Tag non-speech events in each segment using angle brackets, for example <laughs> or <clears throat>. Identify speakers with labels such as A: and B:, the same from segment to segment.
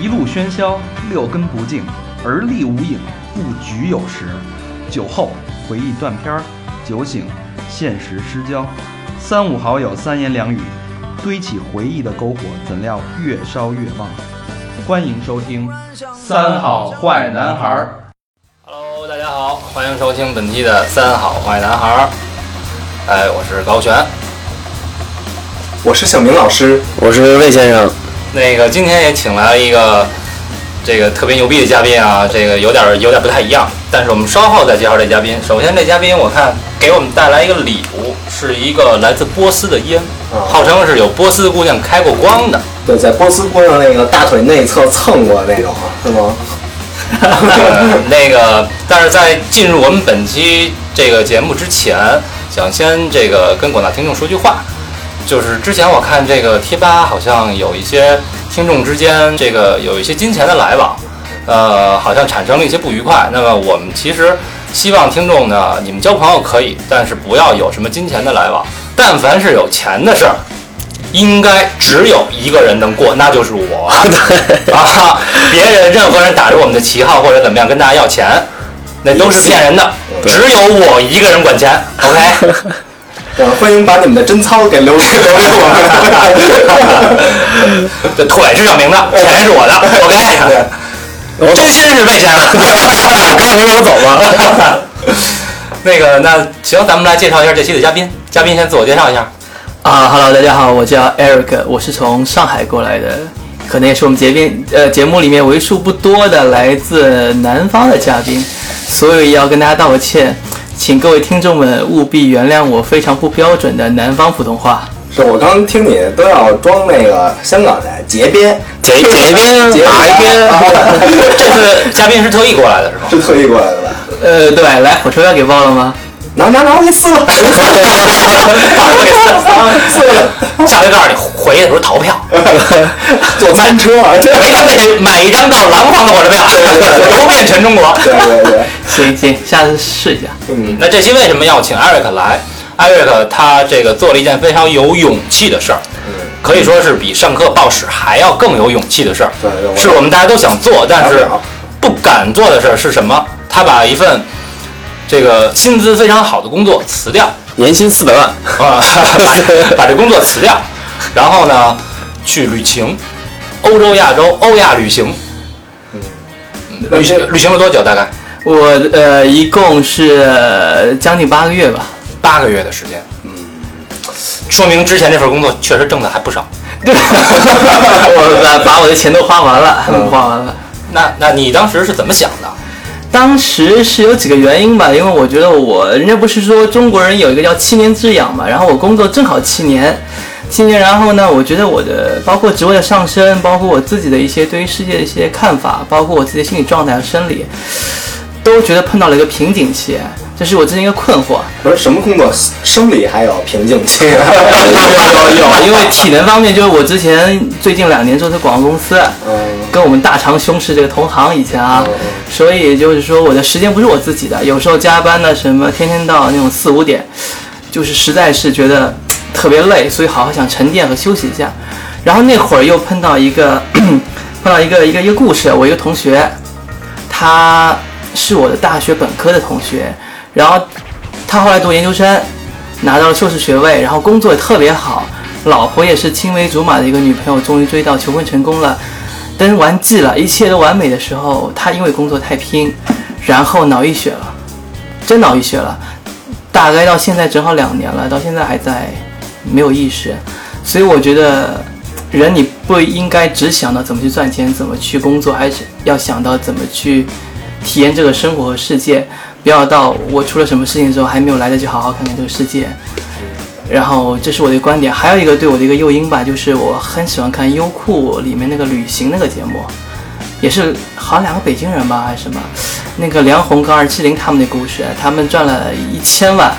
A: 一路喧嚣，六根不净，而立无影，不局有时。酒后回忆断片儿，酒醒现实失焦。三五好友三言两语，堆起回忆的篝火，怎料越烧越旺。欢迎收听《三好坏男孩儿》。
B: Hello，大家好，欢迎收听本期的《三好坏男孩儿》。哎，我是高璇。
C: 我是小明老师，
D: 我是魏先生，
B: 那个今天也请来了一个这个特别牛逼的嘉宾啊，这个有点有点不太一样，但是我们稍后再介绍这嘉宾。首先，这嘉宾我看给我们带来一个礼物，是一个来自波斯的烟，
C: 啊
B: 号称是有波斯姑娘开过光的。
C: 对，在波斯姑娘那个大腿内侧蹭过那种，是吗？
B: 呃那个，但是在进入我们本期这个节目之前，想先这个跟广大听众说句话，就是之前我看这个贴吧好像有一些听众之间这个有一些金钱的来往，呃，好像产生了一些不愉快。那么我们其实希望听众呢，你们交朋友可以，但是不要有什么金钱的来往。但凡是有钱的事儿，应该只有一个人能过，那就是我。啊，别人任何人打着我们的旗号或者怎么样跟大家要钱，那都是骗人的，只有我一个人管钱。OK，
C: 对，欢迎把你们的贞操给留给留给我们。
B: <laughs> 这腿是小明
D: 哎
B: 的，钱是我的。OK，
D: 我
B: 真
D: 走，
B: 心是被
D: <laughs>
B: 钱了。
D: 刚才我走了。
B: 那个，那行，咱们来介绍一下这期的嘉宾。嘉宾先自我介绍一下。
E: 啊哈喽，大家好，我叫 Eric，我是从上海过来的，可能也是我们节目呃节目里面为数不多的来自南方的嘉宾，所以要跟大家道个歉，请各位听众们务必原谅我非常不标准的南方普通话。
C: 是我刚听你都要装那个香港的节边，
D: 贼贼边
C: 节
D: 哪一边？
B: 啊
D: <laughs>
B: 这次嘉宾是特意过来的是吗？
C: 是特意过来的吧？
E: 呃，对，来火车票给报了吗？
C: 拿拿拿，我给撕了，
B: 下回告诉你，回去的时候逃
D: <laughs>
B: 票，
C: 坐餐车。
B: 每张得买一张到廊坊的火车票，游遍全中国。
C: 对对对，
E: 行行，下次试一下。
C: 嗯，
B: 那这期为什么要请艾瑞克来？艾瑞克他这个做了一件非常有勇气的事儿，可以说是比上课报史还要更有勇气的事儿
C: 对对，我
B: 是我们大家都想做，但是
C: 拿不了啊
B: 不敢做的事儿是什么？他把一份这个薪资非常好的工作辞掉，
D: 年薪四百万，
B: 啊， <laughs> 把这工作辞掉，然后呢，去旅行，欧洲、亚洲、欧亚旅行。
C: 那
B: 旅行
C: 这
B: 旅行了多久？大概
E: 我呃一共是呃将近八个月吧。 <laughs>
B: 八个月的时间。嗯，说明之前这份工作确实挣的还不少。
E: 我把把我的钱都花完了， <laughs> 花完了。
B: 那那你当时是怎么想的？
E: 当时是有几个原因吧，因为我觉得我人家不是说中国人有一个叫七年之痒嘛，然后我工作正好七年，七年，然后呢，我觉得我的包括职位的上升，包括我自己的一些对于世界的一些看法，包括我自己的心理状态和生理，都觉得碰到了一个瓶颈期，这是我之前一个困惑。
C: 不是什么工作，生理还有瓶颈期。
E: 有，因为体能方面，就是我之前最近两年做的广告公司，
C: 嗯，
E: 跟我们大长兄是这个同行以前啊
C: 嗯嗯，
E: 所以就是说我的时间不是我自己的，有时候加班呢，什么天天到那种四五点，就是实在是觉得特别累，所以好好想沉淀和休息一下。然后那会儿又碰到一个 <clears throat> 碰到一个一个一个故事，我一个同学，他是我的大学本科的同学，然后他后来读研究生，拿到了硕士学位，然后工作也特别好，老婆也是青梅竹马的一个女朋友，终于追到，求婚成功了。但是完季了，一切都完美的时候，他因为工作太拼，然后脑溢血了，真脑溢血了，大概到现在正好两年了，到现在还在没有意识，所以我觉得人你不应该只想到怎么去赚钱，怎么去工作，还是要想到怎么去体验这个生活和世界，不要到我出了什么事情之后还没有来得及好好看看这个世界。然后这是我的观点，还有一个对我的一个诱因吧，就是我很喜欢看优酷里面那个旅行那个节目，也是好像两个北京人吧还是什么，那个梁红跟二七零他们的故事，他们赚了一千万，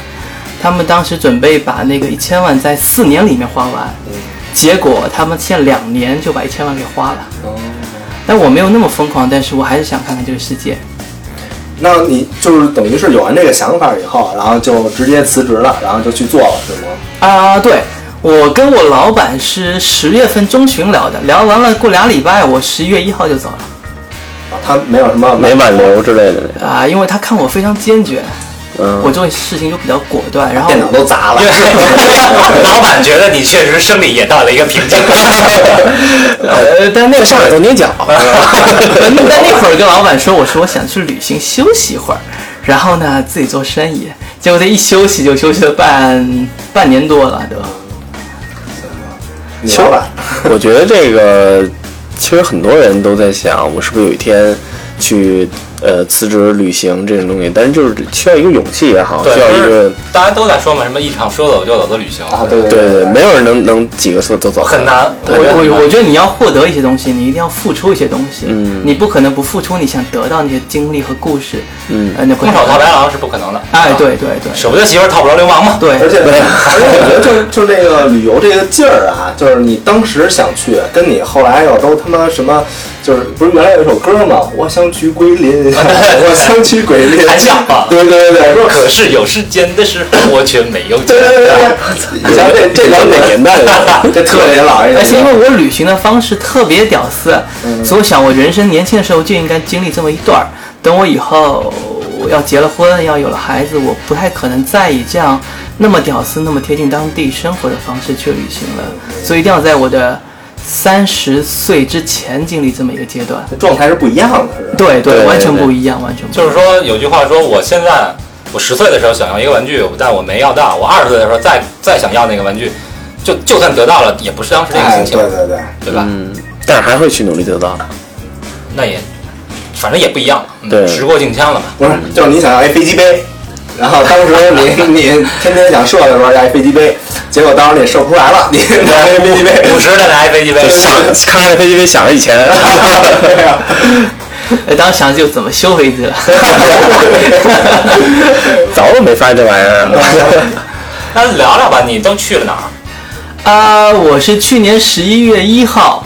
E: 他们当时准备把那个一千万在四年里面花完，结果他们现在两年就把一千万给花了。但我没有那么疯狂，但是我还是想看看这个世界。
C: 那你就是等于是有完这个想法以后，然后就直接辞职了，然后就去做了，是吗？
E: 啊，对，我跟我老板是十月份中旬聊的，聊完了过俩礼拜，我十一月一号就走了
C: 啊他没有什么
D: 没挽留之类的那种。
E: 啊、因为他看我非常坚决，我
D: 嗯，
E: 做事情就比较果断，然后
C: 电脑都砸
B: <laughs>
C: 了
B: 因。为 <laughs> 老板觉得你确实生理也到了一个瓶颈。
E: 呃，但那
D: 在
E: 会
D: 上海
E: 儿，
D: 动捏脚，
E: 但 <laughs> 那会儿跟老板说，我说我想去旅行休息一会儿，然后呢自己做生意，结果这一休息就休息了半半年多了，对吧？
C: 你老板
D: 我觉得这个其实很多人都在想，我是不是有一天去呃辞职旅行这种东西，但是就是需要一个勇气也好，
B: 对，
D: 需要一
B: 不
D: 个
B: 是大家都在说嘛，什么一场说走就走的旅行，
C: 啊，对对
D: 对对，
C: 对，
D: 没有人能能几个字都走
B: 很。难。
E: 我我我觉得你要获得一些东西，你一定要付出一些东西。
D: 嗯
E: 你不可能不付出你想得到那些经历和故事。
D: 嗯
E: 呃，那会
B: 空手套白狼是不可能的。
D: 啊
B: 啊
E: 哎，对对对
B: 舍不得媳妇儿套不着流氓嘛。
C: 而
E: 对，
C: 且而且我觉得就是就是这个旅游这个劲儿啊，就是你当时想去，跟你后来又都他妈什么，就是不是原来有一首歌吗？我想去桂林，我想去桂林，
B: 谈笑话
C: 对对对对，
B: 可是有时间的时候，我却没有
C: 对对
B: 钱。
C: 对对，你像这这两
D: 哪
C: 点，
D: 年代的？
B: <laughs>
C: 这特别老一
E: <laughs> 而且因
C: 点。
E: 为我旅行的方式特别屌丝，
D: 嗯
E: 所以我想我人生年轻的时候就应该经历这么一段儿。等我以后要结了婚，要有了孩子，我不太可能再以这样那么屌丝、那么贴近当地生活的方式去旅行了。所以一定要在我的三十岁之前经历这么一个阶段。
C: 状态是不一样的，是吧？
E: 对
D: 对对
E: 完全不一样，完全不一样
B: 就是说，有句话说，我现在我十岁的时候想要一个玩具，但我没要到；我二十岁的时候再再想要那个玩具，就就算得到了，也不是当时那个心
C: 哎，对
B: 情，
C: 对对，
B: 对吧？
D: 嗯，但是还会去努力得到的。
B: 那也反正也不一样了，嗯
D: 对
B: 时过境迁了嘛。
C: 不是，就是你想要一飞机杯，然后当时你你天天想射的时候要一飞机杯，结果当时你射不出来了，你拿一飞机杯，
B: 五十的拿一飞机杯，
D: 看着他因为想着
B: <laughs>
D: 以前，
C: 对呀，
E: 哎，当时想就怎么修飞
D: <laughs>
E: 机了。
D: 早就没发现这玩意儿了。
B: 啊那聊聊吧，你都去了哪儿？
E: 啊、我是去年十一月一号，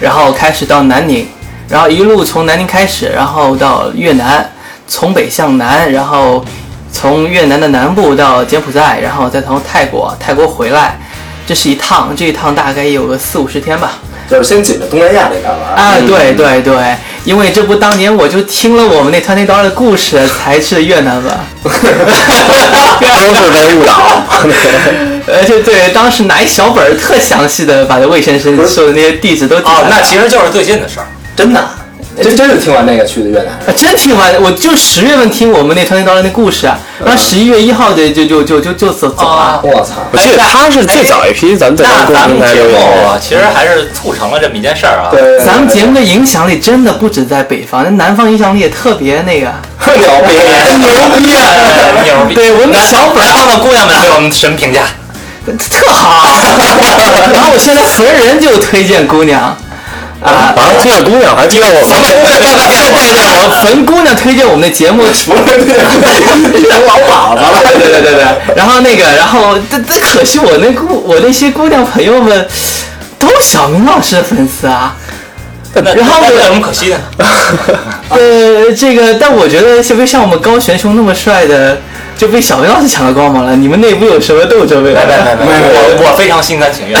E: 然后开始到南宁，然后一路从南宁开始，然后到越南，从北向南，然后从越南的南部到柬埔寨，然后再从泰国泰国回来，这是一趟，这一趟大概有个四五十天吧。
C: 就是先紧着东南亚这边玩。
E: 啊，对对对，因为这不当年我就听了我们那 Twenty Dollar 的故事才去的越南嘛。
D: 都是被误导。
E: <laughs>
B: 哎
E: 而且对，当时拿一小本儿，特详细的把这魏先生说的那些地址都记下
B: 哦，
E: 来
B: 那其实就是最近的事儿。
C: 真的，真真是听完那个去的越南。
E: 啊 <laughs> 真挺晚的。我就十月份听我们那团队导演的故事啊，然后十一月一号的就就就就就走啊走了。
C: 我操！
D: 我记得他是最早一批，咱们在咱
B: 那
D: 公
B: 咱
D: 平
B: 们
D: 台
B: 节
D: 留
B: 目啊
D: 言。
B: 其实还是促成了这么一件事儿啊。
C: 对，
E: 咱们节目的影响力真的不止在北方，那南方影响力也特别那个。
C: 特牛逼，牛逼！
B: 哎牛逼！
E: 对我们
B: 南
E: 小本儿
B: 南方的姑娘们对我们什么评价？
E: 特 <laughs> 好。然后我现在逢人就推荐姑娘，啊，
D: <laughs> 啊，推荐姑娘还是推荐我 <laughs> 们？
E: 我逢姑娘推荐我们的节目。
C: 成老鸨子了。
E: 对对对对对，然后那个，然后但但可惜我那姑我那些姑娘朋友们都是小明老师的粉丝啊，
B: 那
E: 然后
B: 那
E: 我
B: 有什么可惜的？
E: 呃，这个，但我觉得像不像我们高玄兄那么帅的，就被小明老师抢了光芒了？你们内部有什么斗争呃没有？
B: 没没没没，我我非常心甘情愿。
E: <laughs>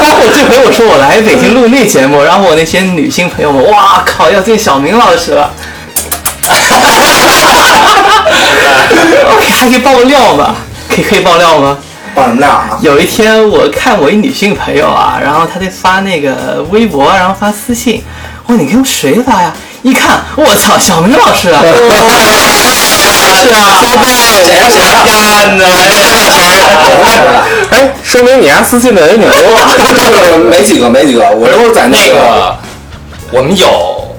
E: 包括这回我说我来北京录那节目，然后我那些女性朋友们，哇靠，要见小明老师 <laughs> 了。OK，还可以爆料吗？可以可以爆料吗？
C: 爆什么料啊？
E: 有一天我看我一女性朋友啊，然后她在发那个微博，然后发私信，我说你跟谁发呀？一看，我操，小明老 <laughs> 师啊！
D: 是啊，宝贝，谁是谁干的？哎，说明你家私信的人挺多。
C: 没几个，没几个，我都是在
B: 那
C: 个。
B: 个，我们有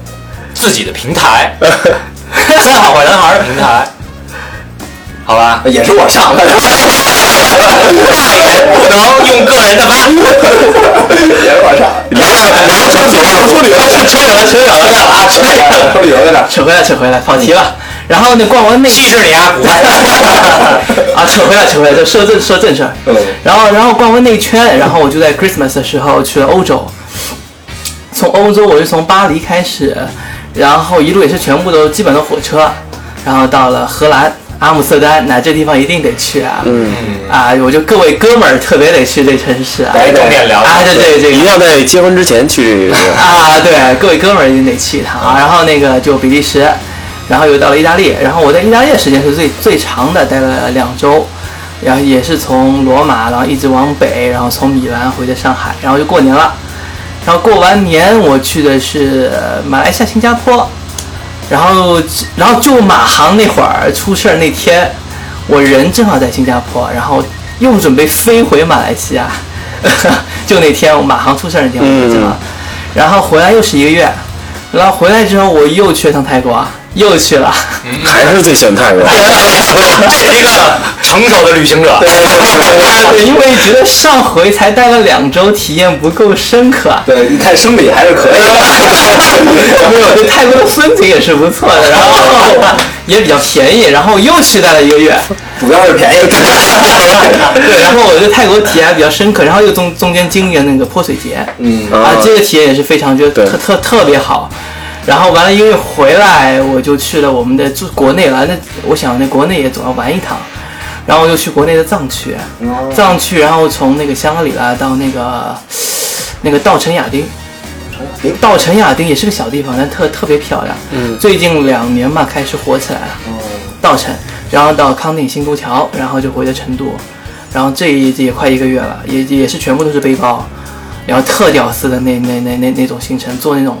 B: 自己的平台， <laughs> 好坏男孩的平台，好吧？
C: 也是我上的，
B: 不能用个人的吧？
C: 也是我上的。
D: 聊成啊怎 <laughs> 么处理？扯远了，扯远了。
C: 说旅游的呢，
E: 扯回来，扯回来，跑题 <laughs> 了。然后呢，逛完那
B: 歧视你啊，古怪！
E: <laughs> 啊，扯回来，扯回来，说正说正事儿。
C: 嗯
E: 然后，然后逛完那一圈，然后我就在 Christmas 的时候去了欧洲。从欧洲，我是从巴黎开始，然后一路也是全部都基本都火车，然后到了荷兰阿姆斯特丹，哪这地方一定得去啊。嗯。啊，我就各位哥们儿特别得去这城市啊，
B: <laughs> 来重点聊
E: 啊，对对对，
D: 一定要在结婚之前去这 <laughs> 个地方。
E: 啊，对，各位哥们儿一定得去一趟啊。然后那个就比利时，然后又到了意大利，然后我在意大利的时间是最最长的，待了两周，然后也是从罗马，然后一直往北，然后从米兰回的上海，然后就过年了。然后过完年我去的是呃马来西亚、新加坡，然后然后就马航那会儿出事儿那天，我人正好在新加坡，然后又准备飞回马来西亚， <laughs> 就那天我马航出事儿那天我就知道了。然后回来又是一个月，然后回来之后我又去了趟泰国，又去了，
D: 还是最喜欢泰国。
B: <laughs> 是一个成熟的旅行者。
E: <laughs> 因为觉得上回才待了两周，体验不够深刻。
C: 对，你看生理还是可以的。
E: 泰国的风景也是不错的，然后也比较便宜，然后又去待了一个月，
C: 主要是便宜。 <laughs>
E: <laughs> 对，然后我对泰国体验还比较深刻，然后又中中间经历了那个泼水节，
C: 嗯，
E: 啊
D: 啊，
E: 这个体验也是非常就
D: 对
E: 特特特别好。然后完了，因为回来我就去了我们的住国内了，那我想那国内也总要玩一趟，然后我就去国内的藏区，藏区，然后从那个香格里拉到那个那个稻城亚丁，稻城亚丁也是个小地方，但特特别漂亮。嗯，哦最近两年吧开始火起来了。稻城，然后到康定新都桥，然后就回的成都，然后这一也快一个月了，也也是全部都是背包，然后特屌丝的那那那那那种行程，坐那种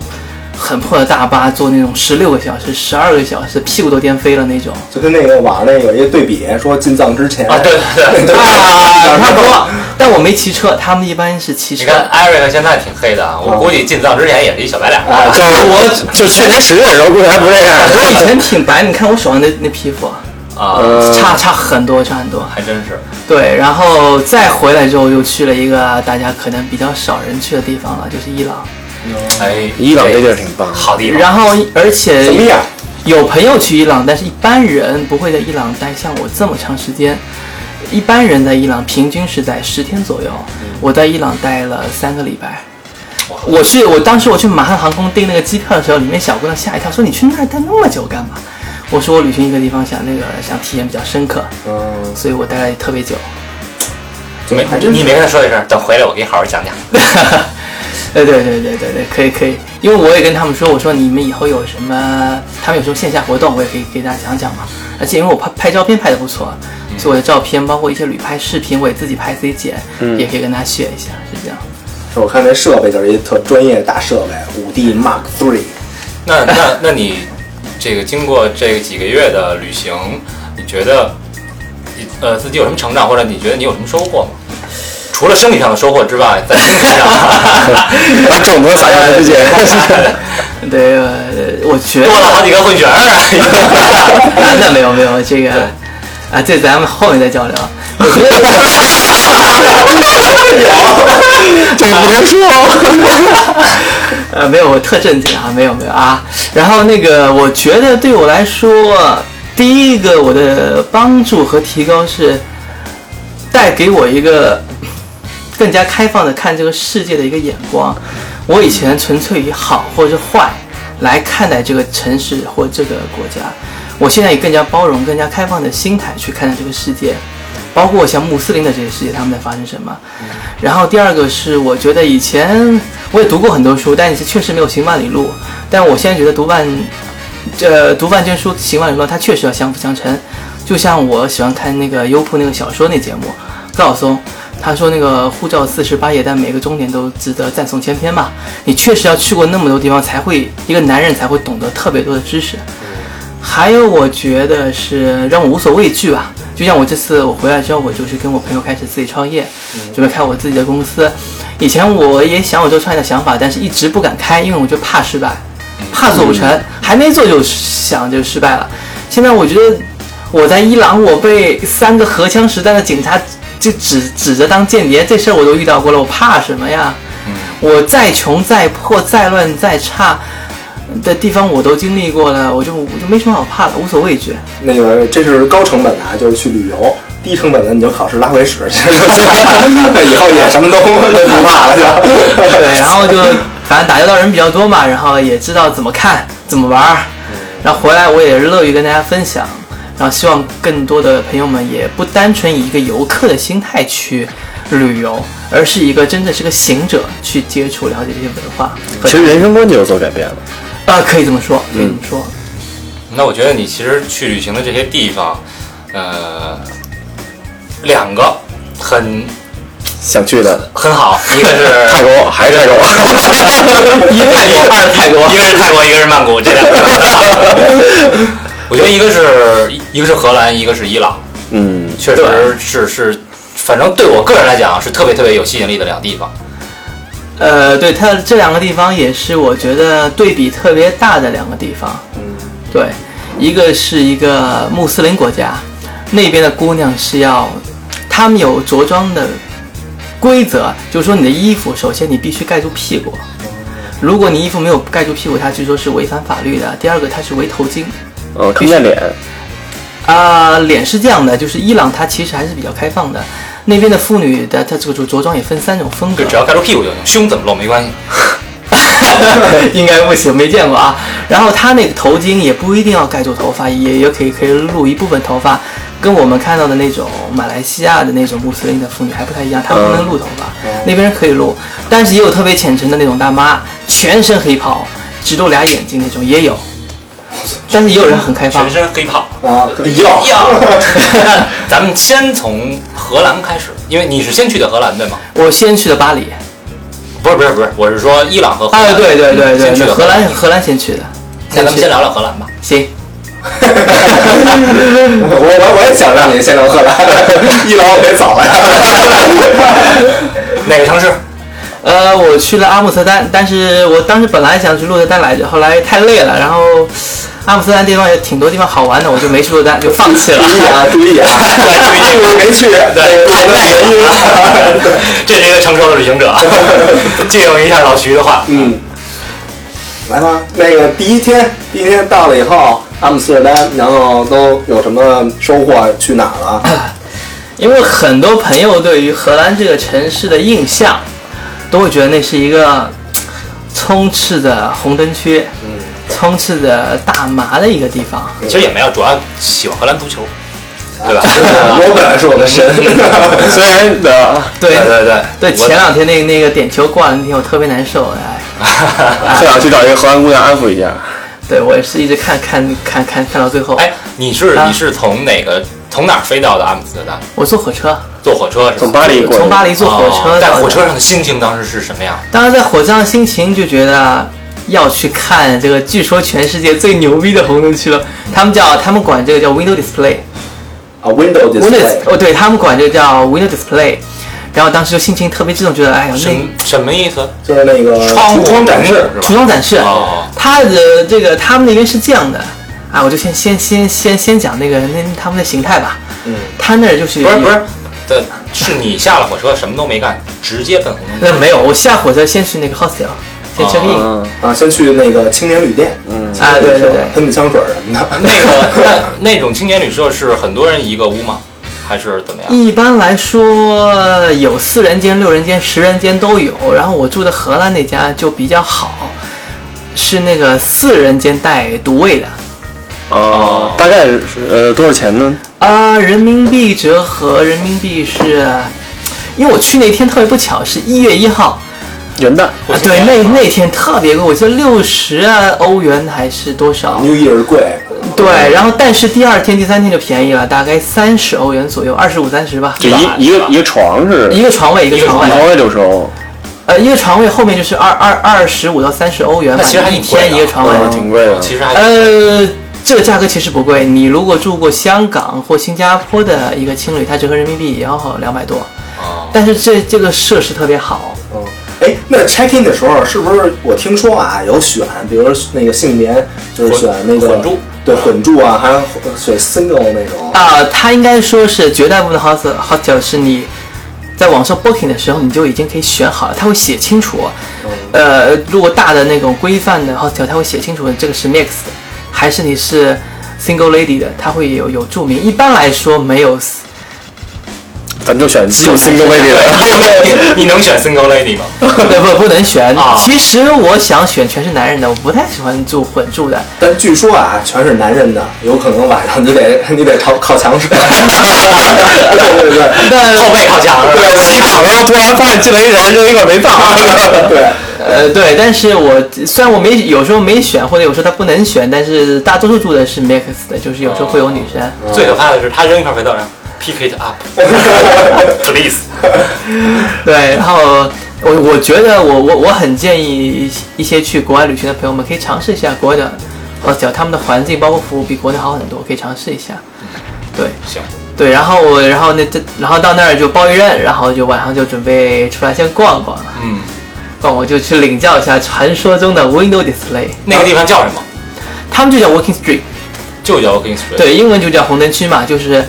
E: 很破的大巴，坐那种十六个小时、十二个小时，屁股都颠飞了那种。
C: 就跟那个网上那有一个对比，说进藏之前
B: 啊，对
C: <laughs>
B: 对对，
E: 啊，
C: 嗯
E: 差不多，但我没骑车，他们一般是骑
B: 你
E: 车。
B: 看艾瑞克现在挺黑的，啊，我估计进藏之前也是一小白脸。
C: 啊，
D: 就是我，就去年十月的时候，估计还不这样。
E: 我以前挺白，你看我手上那那皮肤，
B: 啊，
C: 嗯
D: 呃
E: 差差很多，差很多。
B: 还真是。
E: 对，然后再回来之后，又去了一个大家可能比较少人去的地方了，就是伊朗。
B: 哎，
D: 伊朗这地儿挺棒，
B: 好地方。
E: 然后，而且
C: 什么样？
E: 有朋友去伊朗，但是一般人不会在伊朗待像我这么长时间。一般人在伊朗平均是在十天左右，我在伊朗待了三个礼拜。我去，我当时我去马汉航空订那个机票的时候，里面小姑娘吓一跳，说你去那儿待那么久干嘛？我说我旅行一个地方想那个想体验比较深刻，
C: 嗯，
E: 所以我待了特别久。
B: 没，你没跟他说一声，等回来我给你好好讲 <laughs> 讲。
E: <laughs> 对对对对对对，可以可以，因为我也跟他们说，我说你们以后有什么，他们有时候线下活动，我也可以给大家讲讲嘛。而且因为我拍拍照片拍的不错，所以我的照片包括一些旅拍视频，我也自己拍自己剪，也可以跟大家学一下，是这样。
C: 是我看这设备就是一特专业的大设备，五 D Mark Three。
B: 那那那你这个经过这个几个月的旅行，你觉得你呃自己有什么成长，或者你觉得你有什么收获吗？除了生理上的收获之外，在精神 <laughs> 上
D: <laughs> 把种子撒向世界。哎
E: 对，呃我觉
B: 多
E: 得
B: 了好几个混血儿。啊
E: <laughs> 那没有没有这个啊，这咱们后面再交流。我觉得
D: <laughs> 这个不能说。哦
E: 呃，没有，我特正经啊，没有没有啊。然后那个，我觉得对我来说，第一个我的帮助和提高是带给我一个更加开放的看这个世界的一个眼光。我以前纯粹以好或者是坏来看待这个城市或这个国家，我现在以更加包容、更加开放的心态去看待这个世界，包括像穆斯林的这些世界，他们在发生什么。然后第二个是，我觉得以前我也读过很多书，但是确实没有行万里路。但我现在觉得读万，呃，读万卷书，行万里路，它确实要相辅相成。就像我喜欢看那个优酷那个小说那节目，高晓松，他说那个护照四十八页，但每个终点都值得赞颂千篇嘛。你确实要去过那么多地方，才会一个男人才会懂得特别多的知识。还有，我觉得是让我无所畏惧吧。就像我这次我回来之后，我就是跟我朋友开始自己创业，准备开我自己的公司。以前我也想有这个创业的想法，但是一直不敢开，因为我就怕失败，怕做不成，还没做就想就失败了。现在我觉得我在伊朗，我被三个荷枪实弹的警察就指指着当间谍，这事儿我都遇到过了，我怕什么呀？我再穷再破再乱再差的地方我都经历过了，我就我就没什么好怕的，无所畏
D: <laughs>
E: 惧。
C: 那个这是高成本的啊，就是去旅游；低成本的你就考试拉回屎， <laughs> 以后也 <laughs> 什么都不怕了就。
E: 对，然后就反正打交道人比较多
D: 嗯
E: 嘛，然后也知道怎么看怎么玩儿，然后回来我也乐于跟大家分享。然后希望更多的朋友们也不单纯以一个游客的心态去旅游，而是一个真的是个行者去接触了解这些文化和。
D: 其实嗯人生观就有所改变了。
E: 啊，可以这么说，可以这么说。
B: 那我觉得你其实去旅行的这些地方，呃，两个很
D: 想去的
B: 很好，一个是
D: 泰国还是泰国， <laughs>
E: 一泰国，二是泰国，
B: 一个是泰国，一个是曼谷，这两个。 <laughs> 我觉得一个是一个是荷兰，一个是伊朗，
D: 嗯，
B: 确实是是，反正对我个人来讲是特别特别有吸引力的两个地方。
E: 呃，对，它这两个地方也是我觉得对比特别大的两个地方。嗯，对，一个是一个穆斯林国家，那边的姑娘是要，他们有着装的规则，就是说你的衣服首先你必须盖住屁股，如果你衣服没有盖住屁股，它据说是违反法律的。第二个，它是围头巾。
D: 嗯，看不见脸，
E: 啊、脸是这样的，就是伊朗它其实还是比较开放的，那边的妇女的她这个着着装也分三种风格
B: 对，，只要盖住屁股就行，胸怎么露没关系。
E: <laughs> 应该不行，没见过啊。然后他那个头巾也不一定要盖住头发，也也可以可以露一部分头发，跟我们看到的那种马来西亚的那种穆斯林的妇女还不太一样，他们不能露头发，那边人可以露，但是也有特别虔诚的那种大妈，全身黑袍，只露俩眼睛那种也有，但是也有人很开放
B: 全。身黑泡。
C: <laughs> 啊，
B: 要 <laughs> 要，咱们先从荷兰开始，因为你是先去的荷兰对吗？
E: 我先去的巴黎，
B: 不是不是不是，我是说伊朗和荷
E: 哎，
B: 兰。
E: 对对对对
B: 先去
E: 对，
B: 的
E: 荷
B: 兰。
E: 兰荷兰先去的，
B: 那咱们先聊聊荷兰吧。
E: 行。
C: 我我我也想让你先聊
D: <laughs>
C: 荷兰，伊朗我给早了呀。
B: 哪个
E: <laughs>
B: 城市？
E: 呃，我去了阿姆斯特丹，但是我当时本来想去鹿特丹来着，后来太累了，然后阿姆斯特丹地方也挺多地方好玩的，我就没去鹿特丹，就放弃了。
B: <laughs>
C: <laughs> 注意啊，注意啊， <laughs> 屁股没去，对，太累了。
B: 这是一个成熟的旅行
E: <laughs>
B: 者，借用一下老徐的话。
C: 嗯，来吧，那个第一天，第一天到了以后，阿姆斯特丹，然后都有什么收获？去哪儿了？
E: 因为很多朋友对于荷兰这个城市的印象，都会觉得那是一个充斥着红灯区，
B: 嗯
E: 充斥着大麻的一个地方。
B: 其实也没有，主要喜欢荷兰足球，对吧？
C: 呃我本来是我的神，
D: 虽然呃的
E: <laughs> 对
B: 对对
E: 对，前两天那那个点球挂了那天，我特别难受，哎。
D: 特想去找一个荷兰姑娘安抚一下。
E: 对，我也是一直看看看看看到最后。
B: 哎，你是
E: 啊
B: 你是从哪个从哪儿飞到的阿姆斯特丹？
E: 我坐火车，
B: 坐火车是
D: 从
B: 吧？
D: 巴黎过来，
E: 从巴黎坐火
B: 哦
E: 车
B: 在
E: 到
B: 火车上的心情当时是什么样？
E: 当时在火车上心情就觉得要去看这个，据说全世界最牛逼的红灯区了。他们叫他们管这个叫 window display，window
C: 啊，window display，
E: 哦，对他们管这个叫 window display。然后当时就心情特别激动，觉得哎呀，
B: 什
E: 那
B: 什么意思？
C: 就是那个
E: 呃
B: 窗
C: 橱窗展示。
B: 是吧？
E: 橱窗展示
B: 哦，
E: 它的这个他们那边是这样的啊，我就先先先先先讲那个那他们的形态吧。嗯，他那儿就是
B: 不是不是，对，是你下了火车什么都没干，直接奔红灯
E: 那
B: 区。
E: 没有，我下火车先去那个 hostel，先 check in。
B: 哦
D: 嗯，
C: 啊，先去那个青年旅店，嗯
E: 啊对对对
C: 喷个香水儿什么的。
B: <laughs> 那个那那种青年旅社是很多人一个屋吗？还是怎么样？
E: 一般来说有四人间、六人间、十人间都有。然后我住的荷兰那家就比较好，是那个四人间带独卫的，
D: 哦，大概是呃多少钱呢？
E: 啊、人民币折合人民币是，因为我去那天特别不巧，是一月一号，
D: 元旦
E: 啊，对，那那天特别贵，我记得六十欧元还是多少？
C: New Year 贵，
E: 嗯对，然后但是第二天、第三天就便宜了，大概三十欧元左右，二十五、三十吧，
D: 就一一个一个床是，
E: 一个床位一个
B: 一个
E: 床
B: 床
E: 位
B: 位。
D: 床位六十欧，
E: 呃，一个床位后面就是二二二十五到三十欧元吧，
B: 那其实还
E: 一
B: 挺贵的
E: 天一个床位。
D: 嗯，挺贵的。
B: 哦其实还
E: 啊呃，这个价格其实不贵，你如果住过香港或新加坡的一个青旅，它折合人民币也要两百多。
B: 哦
E: 但是这这个设施特别好，
C: 嗯， <laughs> 哎，那 check in 的时候是不是我听说啊有选，比如那个性别就是选那个
B: 混住，
C: 对混住啊，还有选 single 那种。
E: 啊、它应该说是绝大部分的 hostel hostel 是你在网上 booking 的时候你就已经可以选好了，它会写清楚。呃，如果大的那种规范的 hostel，它会写清楚这个是 mix 的，还是你是 <laughs> single lady 的，它会有有注明。一般来说没有
D: 咱就选这种 single lady <laughs> 的。
B: 你能选 single lady 吗？
E: 对不不能选
B: 啊。
E: 其实我想选全是男人的，我不太喜欢住混住的。
C: 但据说啊，全是男人的，有可能晚上你得你得靠靠墙睡。 <laughs> 对对对。
E: 但
B: 后背靠墙是吧？
D: 自己躺上，突然发现进来一人扔一块煤棒， <laughs>
C: 对，
E: 呃对，但是我虽然我没有时候没选，或者有时候他不能选，但是大多数住的是 mix 的，就是有时候会有女生。
B: 最可怕的是他扔一块肥皂，然后 PK 就 <laughs> up，please。
E: <laughs> 对，然后我我觉得我我我很建议一一些去国外旅行的朋友们可以尝试一下国外的 hotel，他们的环境包括服务比国内好很多，可以尝试一下。对
B: 行，
E: 对，然后我然后那这然后到那儿就包一任，然后就晚上就准备出来先逛逛，
B: 嗯，
E: 逛我就去领教一下传说中的 window display，
B: 那个地方叫什么？
E: 他们就叫 walking street，
B: 就叫 Walking Street。，
E: 对，英文就叫红灯区嘛，就是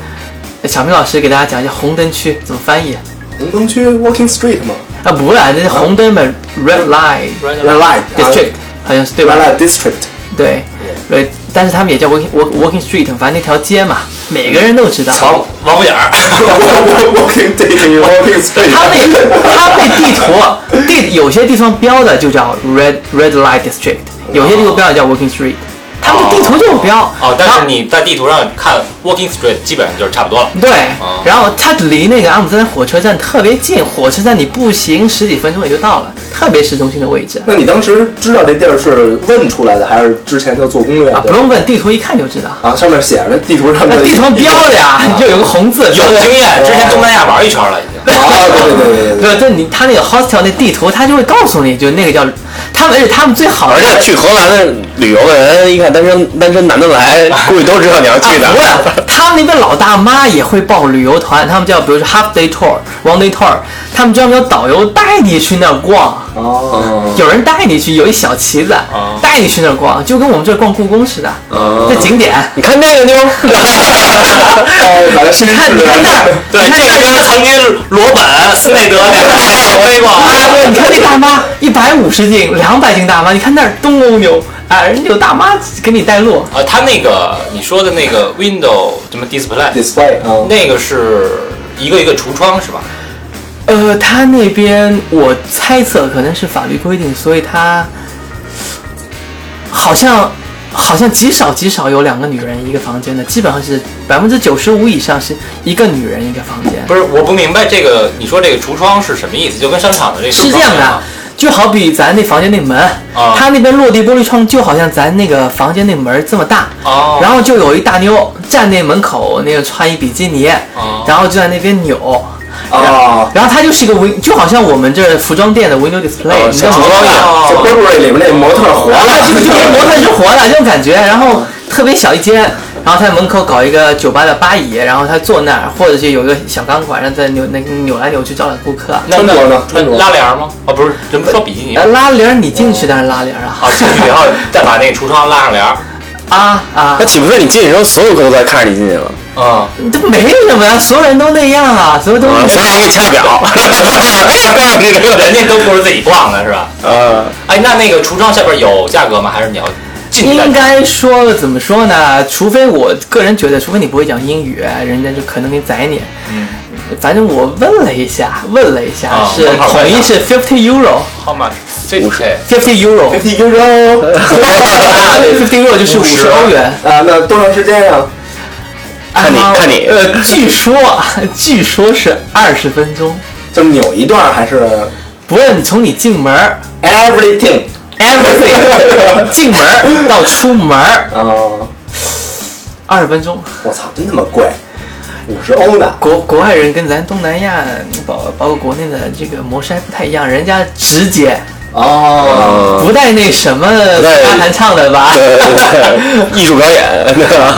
E: 呃小明老师给大家讲一下红灯区怎么翻译
C: 红灯区 Walking Street 嘛
E: 啊？不是，那是红灯嘛，red light
C: ，Red Light
E: district，好像是对吧
C: Red？Light
E: <laughs>
C: District，
E: 对，对，但是他们也叫 walking walk walking street，反正那条街嘛，每个人都知道。
B: 王哦王府井儿。 <laughs>
C: Walking City Walking Street，
E: 他那他那地图地有些地方标的就叫 red red light district，有些地方标的叫 walking street，他们地图就有标。
B: 哦，但
E: 然
B: 是
E: 后
B: 你在地图上看 Walking Street，基本上就是差不多了。
E: 对
B: 哦，
E: 然后它离那个阿姆斯特丹火车站特别近，火车站你步行十几分钟也就到了，特别市中心的位置
C: <laughs> 那你当时知道这地儿是问出来的，还是之前就做攻略
E: 啊，不
C: 的？
E: 用问，地图一看就知道。
C: 啊，上面写着地图上面
E: 那地图上标
B: <laughs>
E: 的呀，就有个红字，
B: 哦有经验，之前东南亚玩一圈了已经。
C: 啊，对对对对对，
E: <laughs> 对，就你他那个 hostel 那地图，他就会告诉你，就那个叫他们，而且他们最好
D: 而
E: 的
D: 且去荷兰的旅游的人，一看单身单身男的来，估计都知道你要去哪
E: 不
D: 儿。
E: 是，他们那边老大妈也会报旅游团，他们叫比如说 half day tour、one day tour，他们专门有导游带你去那儿逛，
C: 哦，
E: 有人带你去，有一小旗子
B: 哦
E: 带你去那儿逛，就跟我们这儿逛故宫似的，这景点。
D: 你看那个妞， <laughs>
C: 哦，把它
E: 你
C: 新
E: 看，你看那儿，
B: 对，这跟曾经罗本、斯内德那个飞过。啊
E: 对，你看那大妈一百五十斤、两百斤大妈，你看那儿东欧牛，哎，人家有大妈给你带路。
B: 啊，他那个你说的那个 window 什么 display，
C: display 啊，
B: 那个是一个一个橱窗是吧？
E: 呃，他那边我猜测可能是法律规定，所以他好像好像极少极少有两个女人一个房间的，基本上是百分之九十五以上是一个女人一个房间。
B: 不是，我不明白这个，你说这个橱窗是什么意思？就跟商场的这个
E: 是这
B: 橱
E: 样
B: 窗一
E: 的，就好比咱那房间那门，
B: 啊
E: 他那边落地玻璃窗就好像咱那个房间那门这么大，
B: 哦
E: 然后就有一大妞站那门口，那个穿一比基尼，
B: 哦
E: 然后就在那边扭。
C: 哦，
E: 然后它就是一个 win，就好像我们这服装店的 window display，、你知
C: 像
E: 道吗？
C: 就 Burberry 里面那模特活
E: <laughs> 啊，
C: 了，
E: 就跟模特是活的这种感觉，然后特别小一间，然后他在门口搞一个酒吧的吧椅，然后他坐那儿，或者是有一个小钢管，然后在扭那扭来扭去招揽顾客。
B: 那
C: 穿着呢
B: 那
C: 穿着哎
B: 拉帘儿吗？啊，不是，人不说比基尼吗
E: 呃，拉帘儿你进去当然拉帘儿啊
B: 啊，进去以后再把那个橱窗拉上帘儿。
E: 啊啊
D: 那！岂不是你进去之后，所有客都在看着你进去了？
C: <laughs>
B: 嗯，
E: 这没什么呀，所有人都那样啊，所有都
D: 啊，
E: 那
D: <laughs> 所以
E: 样。
D: 我给你掐表，告诉你这
B: 人
D: 个
B: 家都不是自己逛的是吧？
D: 呃，
B: 哎，那那个橱窗下边有价格吗？还是你要进去再
E: 应该说怎么说呢？除非我个人觉得，除非你不会讲英语，人家就可能给宰你。
B: 嗯
E: 反正我问了一下，问了一下，
B: 啊
E: 是
B: 门口
E: 统
B: 问
E: 一
B: 的
E: 是 fifty euro。
B: ？How much？这哎
D: 五十
E: fifty euro，
C: ，50 euro
E: <laughs> 啊，对，fifty euro 就是五十欧元。
C: 啊，那多长时间呀？
D: 看你
E: 啊
D: 看你
E: 呃，据说 <laughs> 据说是二十分钟，
C: 就扭一段还是
E: 不论从你进门儿
C: everything？
E: everything <laughs> 进门儿到出门
C: 啊，
E: 二十分钟。
C: 我操，真他妈贵，五十欧呢！
E: 国国外人跟咱东南亚，包包括国内的这个模式还不太一样，人家直接
C: 哦，
E: 不带那什么
D: 嗯带
E: 阿弹唱的吧？
D: 对
E: <laughs>
D: 对对，艺术表演，对吧？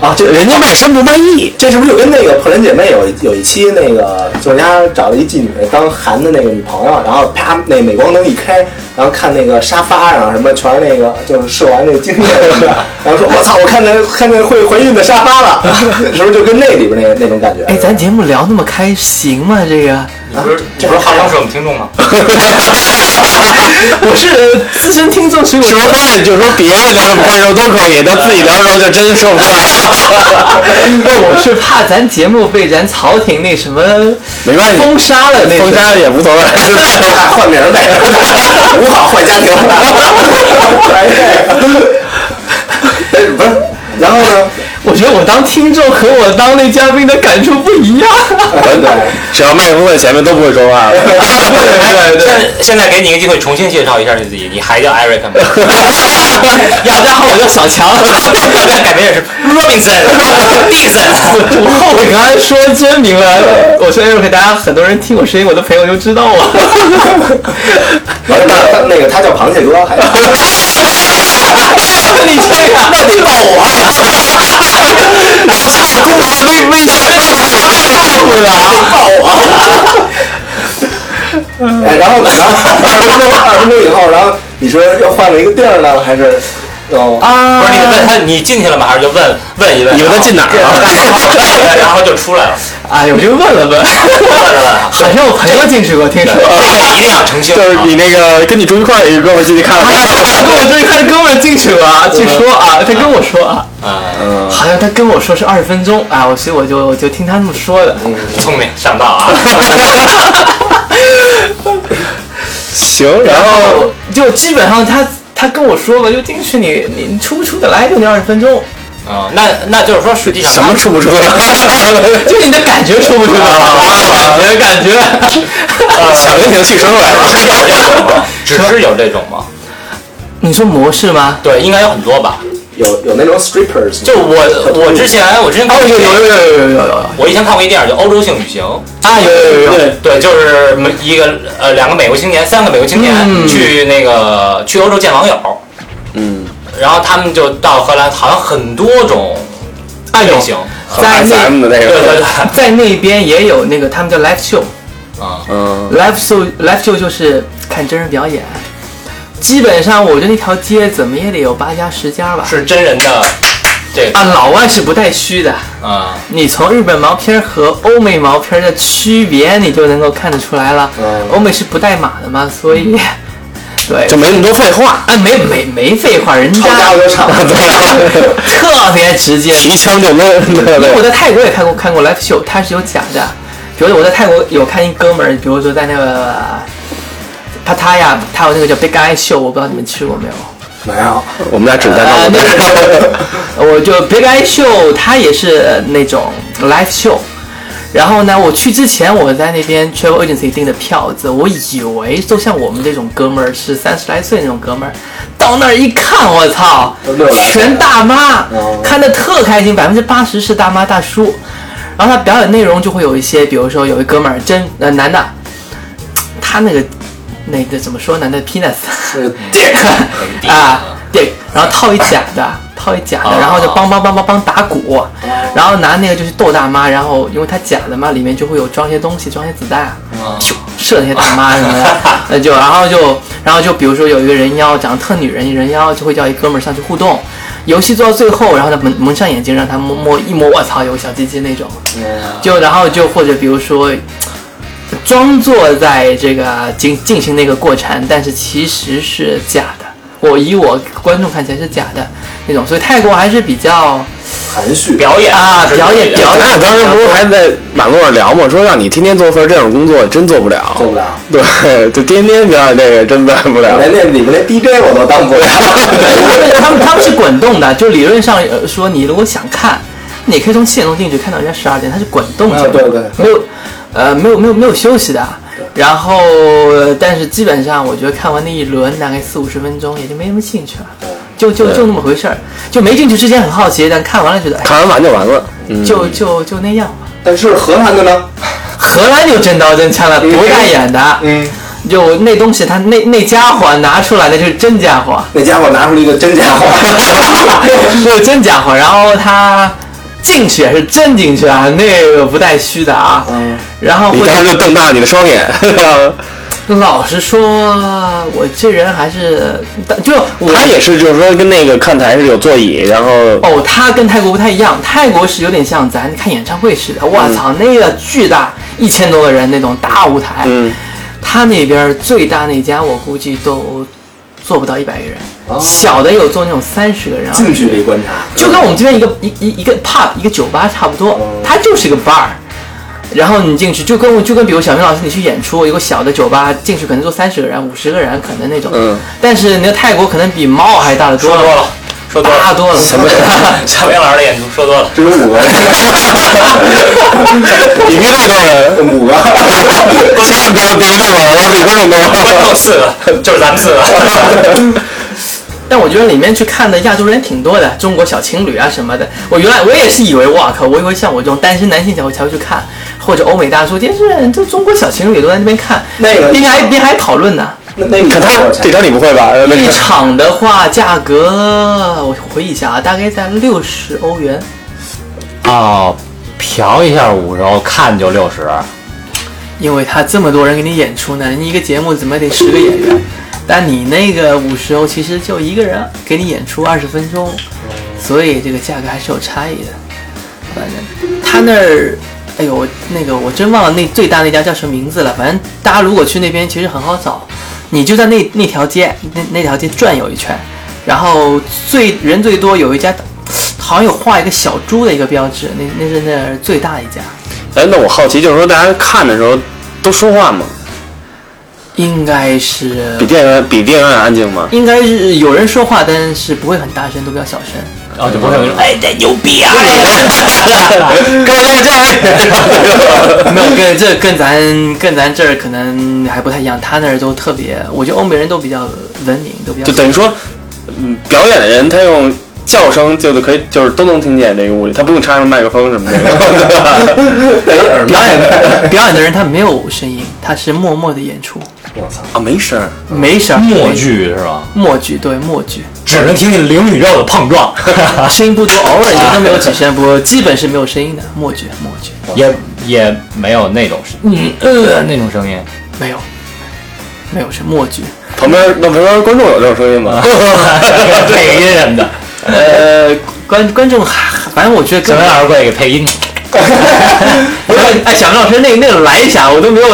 C: 啊，这
D: 人家卖身不卖艺，
C: 这是不是就跟那个破人姐妹有一有一期那个，就是人家找了一妓女当韩的那个女朋友，然后啪那镁光灯一开，然后看那个沙发上什么全是那个就是射完那个精液什么的，然后说我操，我看见看见会怀孕的 <laughs>
E: 哎
C: 沙发了，是不是就跟那里边那那种感觉？
E: 哎，咱节目聊那么开行吗？这个 <laughs>
B: 你不是你不
C: 啊
B: 是号称是我们听众吗？
E: 我是资深听众，所以我
D: 什么发现就说别人聊什么干肉都可以，他自己聊什么就真受不了。
E: <laughs> 不，我是怕咱节目被咱朝廷那什么
D: 没关系
E: 封杀了那
D: 封杀也无所谓，
C: 换名儿呗，五好坏家庭。哎不是，然后呢？
E: 我觉得我当听众和我当那嘉宾的感触不一样。
D: 只要麦克风在前面都不会说话了。对对对，
B: 现现在给你一个机会，重新介绍一下你自己，你还叫 Eric 吗？
D: 哎
E: 要然后我就小强了。
B: 那改名也是 Robinson，Robinson。
E: 我我刚才说真名了，我说 Eric，大家很多人听我声音，我的朋友就知道我。
D: <laughs>
C: 完了，呃那那个他叫螃蟹哥，还
E: 你这样，那你老王，
D: 微微信不回来啊！
C: 哎，然后然后 <laughs> 二分钟二分钟以后，然后你说要换了一个地儿呢，还是哦
E: 啊
B: 不是你问他，你进去了吗？还是就问问一问？
D: 你问他进哪儿
B: 了？然后就出来了。
E: 哎呦，我就问了问，
B: 问了问，
E: 好像我朋友进去过，
D: <laughs>
E: 听说。
B: 这个一定要澄清。
D: 就是你那个跟你住一块儿一个哥们儿进去看
E: 哎
D: 了，
E: 呀，他跟我对他的哥们儿进去了啊，据说
D: 嗯
E: 啊，他跟我说啊，
B: 啊，
E: 好像他跟我说是二十分钟啊，我所以我就我就听他这么说的。
B: 聪明上道啊！
D: 行，然
E: 然
D: 后
E: 后就基本上他他跟我说吧，就进去你你你出不出得来就那二十分钟，
B: 啊，那那就是说，实际上
D: 什么出不出来？
E: 就是你的感觉出不出得来，感觉感觉。
D: 小蜻蜓去生来了。
B: 只是有这种吗？
E: 你说模式吗？
B: 对，应该有很多吧。
C: 有有那种 strippers，
B: 就我我之前我之前看过一个电影
E: 有有有有有。
B: 我以前看过一电影叫《欧洲性旅行》啊，有
E: 有有有
B: 对对，就是美一个呃两个美国青年，三个美国青年、去那个去欧洲见网友，
D: 嗯，
B: 然后他们就到荷兰，好像很多种
E: 哎呦
B: 类型，
E: 在那
D: SM 的那
B: 对对
D: 个，
B: 对，
E: <laughs> 在那边也有那个他们叫 live show。
B: 啊，
D: 嗯，
E: live show live show 就是看真人表演，基本上我觉得那条街怎么也得有八家十家吧。
B: 是真人的这个
E: 啊，老外是不带虚的，
B: 啊，
E: 你从日本毛片儿和欧美毛片儿的区别，你就能够看得出来了。
C: 嗯
E: 欧美是不带码的嘛，所以， <laughs> 对，
D: 就没那么多废话，
E: 啊，没没没废话，人
C: 抄家
E: 家
C: 伙就唱，
E: <laughs> 特别直接，
D: 提枪就抡，
E: 因
D: 对
E: 为我
D: <laughs>
E: 在
D: 对。
E: 泰国也看过看过 live show，它是有假的。比如我在泰国有看一哥们儿，比如说在那个帕塔亚，他有那个叫 Big Eye Show，我不知道你们去过没有？
C: 没有，
D: 我们俩只在
E: 呃，
D: 那
E: 那
D: 儿。
E: 个我就 Big Eye Show，它也是呃那种 live show。然后呢，我去之前我在那边 travel agency 订的票子，我以为就像我们这种哥们儿是三十来岁那种哥们儿，到那儿一看，我操
C: 都乐了，
E: 全大妈
C: 哦，
E: 看的特开心，百分之八十是大妈大叔。然后他表演内容就会有一些，比如说有一哥们儿真呃男的，他那个那个怎么说男的 penis。
C: 是 dick，
E: 啊，对，然后套一假的，套一假的，然后就梆梆梆梆梆打鼓，然后拿那个就是逗大妈，然后因为它假的嘛，里面就会有装一些东西，装一些子弹，射射那些大妈什么的，那就然后就然后就比如说有一个人妖长得特女人人妖，就会叫一哥们儿上去互动。游戏做到最后，然后他蒙蒙上眼睛，让他摸摸一摸，我操，有小鸡鸡那种。就然后就或者比如说，装作在这个进进行那个过程，但是其实是假的。我以我观众看起来是假的那种，所以泰国还是比较
C: 含蓄，
B: 表演
E: 啊
B: 是
E: 表演表演
D: 那当时不是还在马路上聊吗？说让你天天做份儿这种工作，真做不了。
C: 做不了，
D: 对，就天天表演这个，真办不了。
C: 连那里面连 DJ 我都当不 <laughs> 了。
E: 他们他们他们是滚动的，就理论上呃说，你如果想看，你可以从七点钟进去看到人家十二点，它是滚动
C: 啊
E: 的，
C: 对对
E: 没有，呃，没有没有没有休息的。然后，呃但是基本上我觉得看完那一轮大概四五十分钟，也就没什么兴趣了，就就就那么回事儿，就没进去之前很好奇，但看完了觉得，哎，
D: 看完完就完了。嗯，
E: 就就就那样吧。
C: 但是荷兰的呢？
E: 荷兰就真刀真枪
C: <laughs>
E: 了，不带演的，
C: 嗯，
E: 就那东西他那那家伙拿出来的就是真家伙。
C: 那家伙拿出了一个真 <laughs> 家伙，
E: <laughs> 没有真家伙，然后他进去也是真进去啊，那个不带虚的啊。
C: 嗯，
E: 然后
D: 你
E: 或者
D: 当时就瞪大你的双眼，
E: 老实说，我这人还是就我
D: 他也是，就是说跟那个看台是有座椅，然后
E: 哦，他跟泰国不太一样，泰国是有点像咱看演唱会似的，
D: 嗯
E: 我操，那个巨大，一千多个人那种大舞台，
D: 嗯，
E: 他那边最大那家我估计都坐不到一百个人，
C: 哦
E: 小的有坐那种三十个人，啊
C: 近距离观察，
E: 就跟我们这边一个一一一个 pub 一个酒吧差不多，
B: 嗯
E: 它就是个 bar。然后你进去，就跟就跟比如小明老师你去演出，有个小的酒吧进去可能坐三十个人、五十个人可能那种，
D: 嗯，
E: 但是那个泰国可能比猫还大得多
B: 说多
E: 了，
B: 了，说多了，
E: 大多了
B: 什么？小明老师的演出说多 <laughs> 了，
C: 只有五个，
D: 比乐队的
C: 五个，
D: <laughs> 都是比比乐队的比观
B: <laughs>
D: 众
B: 观众
D: 多。
B: 四个，就是咱们四 <laughs> 个。
E: <laughs> 但我觉得里面去看的亚洲人挺多的，中国小情侣啊什么的。我原来我也是以为，哇靠，我以为像我这种单身男性才会才会去看，或者欧美大叔，电视就中国小情侣都在那边看，
C: 那个
E: 边还边还讨论呢。
C: <laughs> 那那你
D: 可
C: 多
D: 他
C: 少
D: 这
C: 钱？
D: 条你不会吧？呃那
E: 一
D: 个
E: 场的话，价格我回忆一下啊，大概在六十欧元，
B: 哦，嫖一下五十欧，看就六十。
E: 因为他这么多人给你演出呢，你一个节目怎么得十个演员？但你那个五十欧其实就一个人给你演出二十分钟，所以这个价格还是有差异的。反正他那儿，哎呦，我那个我真忘了那最大那家叫什么名字了。反正大家如果去那边，其实很好找，你就在那那条街那那条街转悠一圈，然后最人最多有一家，好像有画一个小猪的一个标志，那那是那儿最大一家，
D: 哎，那我好奇就是说，大家看的时候都说话吗？
E: 应该是
D: 比电影院比电影院安静吗？
E: 应该是有人说话，但是不会很大声，都比较小声。
B: 然后就不会有人哎，这牛逼啊！
D: 各位各位，
E: 没有跟这跟咱跟咱这儿可能还不太一样，他那儿都特别，我觉得欧美人都比较文明，都比较
D: <laughs> 就等于说，嗯，表演的人他用叫声就可以，就是都能听见这个屋里，他不用插上麦克风 <laughs> 什么哎的。
C: 得耳
E: 表
C: 麦。
E: 演 <laughs> 表演的人他没有声音，他是默默的演出，
C: 我操！
D: 啊，没声儿，
E: 没声儿
B: 默剧是吧？
E: 默剧对默剧，
B: 只能听见灵与肉的碰撞，
E: 啊声音不多，偶尔也都没有几声，不 <laughs> 基本是没有声音的默剧默剧
B: 也也没有那种声，嗯呃那种声 <laughs> 音。
E: 没有没有是默剧，
D: 旁边那旁边观众有这种声音吗？
B: 配音什么 <laughs> 的，
E: 呃观观众还反正我觉得
B: 小
E: 跟
B: 明老师过来给配音。
E: 不是，哎，小明老师，那那个来一下，我都没有，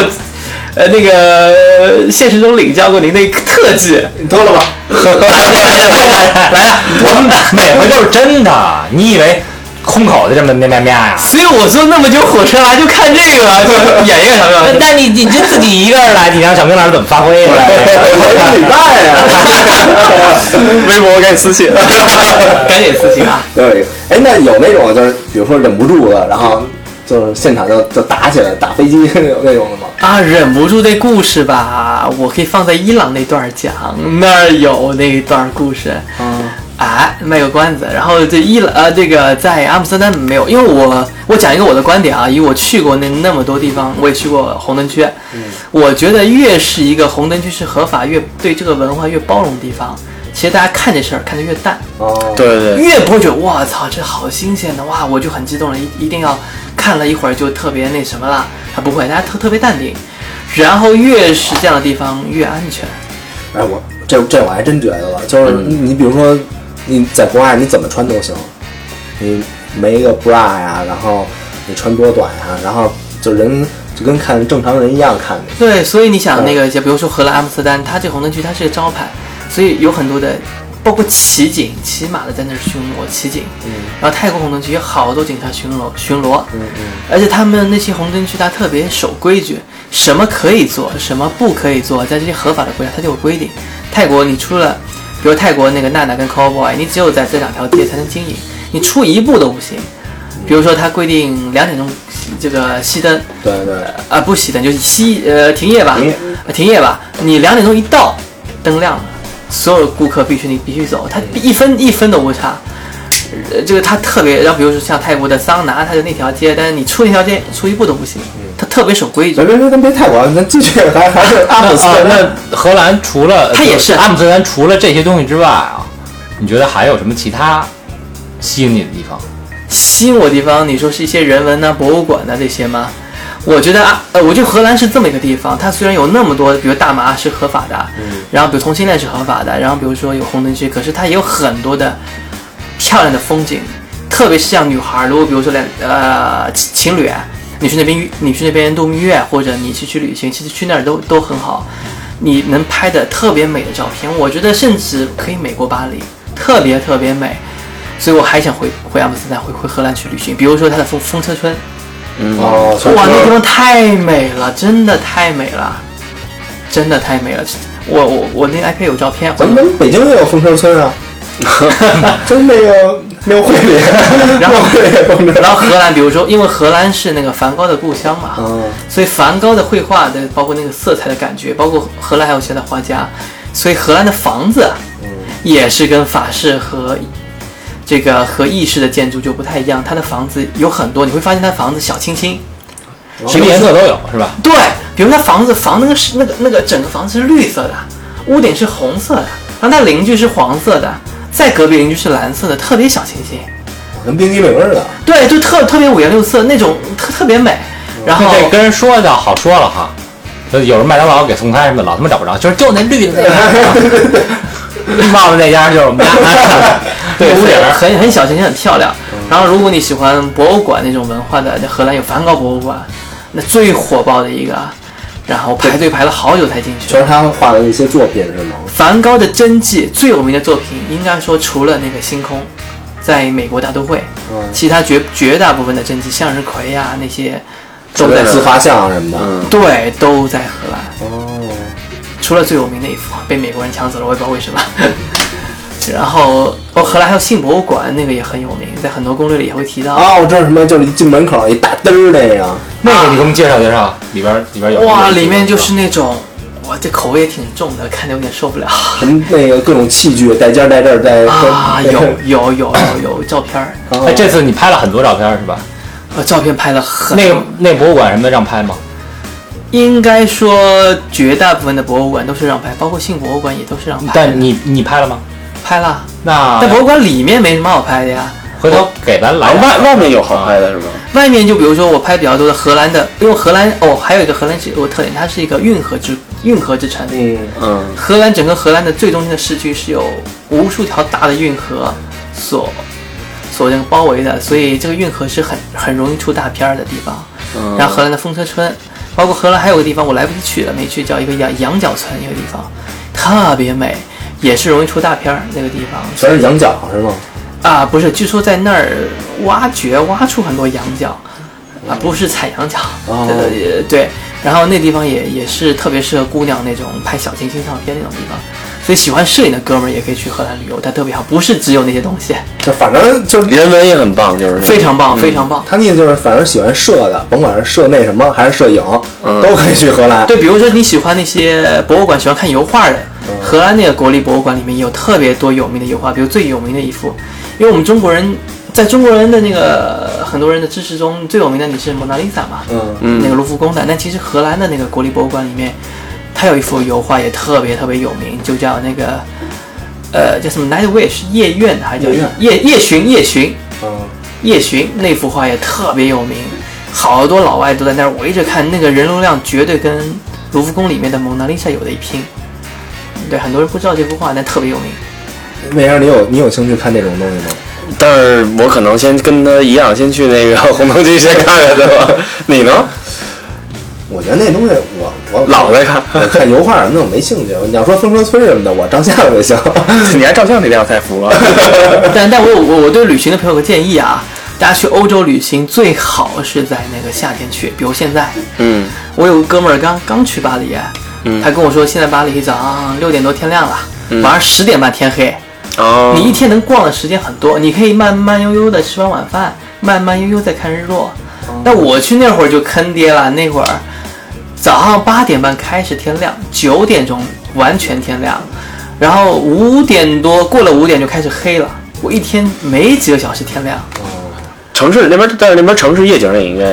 E: 呃，那个现实中领教过您那特技，
C: 你得了吧，
B: 来啊呀，
E: 啊
B: 我们每回都是真的，你以为空口的这么咩咩咩呀？
E: 所以我坐那么久火车来就看这个，啊就演一个小明老师。
B: 但哎你你就自己一个人来，你让小明老师怎么发挥 <laughs> 呀？
C: 我一礼拜呀。
D: 微博给你私信。
E: <laughs> 赶紧私信啊！
C: 对， <laughs> 哎，那有那种就是比如说忍不住了，然后就是现场就就打起来，打飞机有那种的吗？
E: 啊，忍不住这故事吧，我可以放在伊朗那段儿讲，那儿有那段故事。哎，卖个关子。然后这伊朗呃，这个在阿姆斯特丹没有，因为我我讲一个我的观点啊，以我去过那那么多地方，我也去过红灯区。我觉得越是一个红灯区是合法，越对这个文化越包容的地方，其实大家看这事儿看得越淡。
C: 哦，
D: 对对对，
E: 越不会觉得哇操，这好新鲜的哇，我就很激动了，一一定要看了一会儿就特别那什么了。他不会，大家特特别淡定，然后越是这样的地方越安全。
C: 哎，我这这我还真觉得了，就是你比如说你在国外你怎么穿都行，你没个 bra 呀，然后你穿多短呀，然后就人就跟看正常人一样看你。
E: 对，所以你想那个，就比如说荷兰阿姆斯特丹，它这个红灯区它是个招牌，所以有很多的，包括骑警、骑马的在那儿巡逻骑警。嗯。然后泰国红灯区有好多警察巡逻巡逻。嗯嗯。而且他们那些红灯区，它特别守规矩，什么可以做，什么不可以做，在这些合法的国家它就有规定。泰国你出了，比如泰国那个娜娜跟 Cowboy，你只有在这两条街才能经营，你出一步都不行。比如说，它规定两点钟这个熄灯，
C: 对对，
E: 啊，不熄灯就是熄呃停业吧
C: 停业，
E: 呃停业吧。你两点钟一到，灯亮了，所有顾客必须你必须走，他一分一分都不差。呃，这个他特别，然后比如说像泰国的桑拿，它的那条街，但是你出那条街出一步都不行，他特别守规矩
C: 别。别别，咱别太广，咱继续还还是阿
B: 阿
C: 姆
B: 姆
C: 斯
B: 斯
C: 特
B: 特
C: 丹。
B: 丹，啊那荷兰除了
E: 它也是
B: 阿姆斯特丹，除了这些东西之外啊，你觉得还有什么其他吸引你的地方？
E: 吸引我地方，你说是一些人文呐、博物馆呐、这些吗？我觉得啊，呃，我觉得荷兰是这么一个地方，它虽然有那么多，比如大麻是合法的，然后比如同性恋是合法的，然后比如说有红灯区，可是它也有很多的漂亮的风景，特别是像女孩儿，如果比如说两呃情情侣，你去那边你去那边度蜜月，或者你去去旅行，其实去那儿都都很好，你能拍的特别美的照片，我觉得甚至可以美国巴黎，特别特别美，所以我还想回回阿姆斯特丹，回回荷兰去旅行，比如说它的风风车村。
C: 哦，所以
E: <laughs> 哇，那地
C: 说
E: 方太美了，真的太美了，真的太美了。我我我那 iPad 有照片，
C: 咱们北京也有风车村
E: <laughs>
C: 啊，就是那个庙会里，
E: 然后
C: 庙会里风车。
E: 然后荷兰，比如说，因为荷兰是那个梵高的故乡嘛，
C: 嗯，
E: 所以梵高的绘画的，包括那个色彩的感觉，包括荷兰还有其他的画家，所以荷兰的房子啊也是跟法式和这个和意式的建筑就不太一样，它的房子有很多，你会发现它房子小清新，
B: 什么颜色都有是吧？
E: 对，比如他房子房那个是那个那个整个房子是绿色的，屋顶是红色的，然后他邻居是黄色的，再隔壁邻居是蓝色的，特别小清新，
C: 跟冰激凌似的。
E: 对，就特特别五颜六色那种，特特别美。然后
B: 那这跟人说倒好说了哈，就有人麦当劳给送餐什么的，老他妈找不着，就是就那绿的那家，帽子那家就是我们家， <laughs> 对，屋顶
E: 屋顶
B: 儿
E: 很很小清新，很漂亮。然后如果你喜欢博物馆那种文化的，那荷兰有梵高博物馆，那最火爆的一个，然后排队排了好久才进去。
C: 全是他画的那些作品是吗？
E: 梵高的真迹最有名的作品，应该说除了那个《星空》，在美国大都会，
C: 嗯
E: 其他绝绝大部分的真迹，向日葵呀、那些，都
C: 都
E: 在
C: 在自画像什么的。
D: 嗯，
E: 对，都在荷兰。嗯
C: 哦，
E: 除了最有名的一幅被美国人抢走了，我也不知道为什么。 <laughs> 然后，哦，荷兰还有性博物馆，那个也很有名，在很多攻略里也会提到。
C: 啊，我知道什么，就是一进门口一大嘚儿那个。
B: 那个你给我们介绍介绍，里边里边有
E: 哇，里面就是那种，哇，这口味也挺重的，看着有点受
B: <laughs>
E: 不了。
C: 什么那个各种器具带尖儿带这儿带 <laughs> 哦
E: 啊，
C: 带
E: 有有有有有照片儿，
B: 哎，这次你拍了很多照片是吧？
E: 我照片拍了很
B: 那个那博物馆什么的让拍吗？
E: 应该说，绝大部分的博物馆都是让拍，包括性博物馆也都是让拍的。
B: 但你啊你拍了吗？
E: 拍了，
B: 那
E: 但博物馆里面没什么好拍的呀。
B: 回头给咱来
D: 啊
B: 点
D: 外
B: <laughs>
D: 外面有好拍的是吗？
E: 外面就比如说我拍比较多的荷兰的，因为荷兰哦，还有一个荷兰是有个特点，它是一个运河之运河之城。
C: 嗯，
D: 嗯，
E: 荷兰整个荷兰的最中心的市区是有无数条大的运河所所这个包围的，所以这个运河是很很容易出大片儿的地方。然后荷兰的风车村，包括荷兰还有个地方我来不及去了，没去，叫一个羊羊角村一个地方，特别美，也是容易出大片儿那个地方。
C: 全是羊角是吗？
E: 啊，不是，据说在那儿挖掘挖出很多羊角，啊，不是采羊角，
C: 哦
E: 呃也对，然后那地方也也是特别适合姑娘那种拍小清新照片那种地方，所以喜欢摄影的哥们儿也可以去荷兰旅游，它特别好，不是只有那些东西，
C: 就反正就是
D: 人文也很棒，就是那个
E: 非常棒，非常棒。
C: 他那意思就是，反正喜欢射的，甭管是射那什么还是摄影，都可以去荷兰。
E: 嗯对，比如说你喜欢那些博物馆，喜欢看油画的，荷兰那个国立博物馆里面有特别多有名的油画，比如最有名的一幅，因为我们中国人在中国人的那个很多人的知识中最有名的你是蒙娜丽莎嘛，
C: 嗯，
E: 那个卢浮宫的。但其实荷兰的那个国立博物馆里面，它有一幅油画也特别特别有名，就叫那个呃叫什么《Night Wish》夜愿还叫
C: 夜愿
E: 夜夜巡夜巡
C: 嗯，
E: 夜巡那幅画也特别有名，好多老外都在那儿围着看，那个人流量绝对跟卢浮宫里面的蒙娜丽莎有的一拼。对，很多人不知道这幅画，但特别有名。
C: 那样你有你有兴趣看这种东西吗？
D: 但是我可能先跟他一样，先去那个红灯区先看看，对吧？你呢？
C: 我觉得那东西我我
D: 老在看，
C: 我看油画什么的我没兴趣。你要说风车村什么的，我照相就行。 <laughs>
D: 你还照相那天我太服了。
E: <laughs> 但但我有我我对旅行的朋友有个建议啊，大家去欧洲旅行最好是在那个夏天去，比如现在，
D: 嗯，
E: 我有个哥们儿刚刚去巴黎，啊他跟我说现在巴黎早上六点多天亮了，晚上十点半天黑，
D: 哦，
E: 你一天能逛的时间很多，你可以慢慢悠悠的吃完晚饭，慢慢悠悠再看日落。那我去那会儿就坑爹了，那会儿早上八点半开始天亮，九点钟完全天亮，然后五点多过了五点就开始黑了，我一天没几个小时天亮。
D: 城市那边，但是那边城市夜景也应该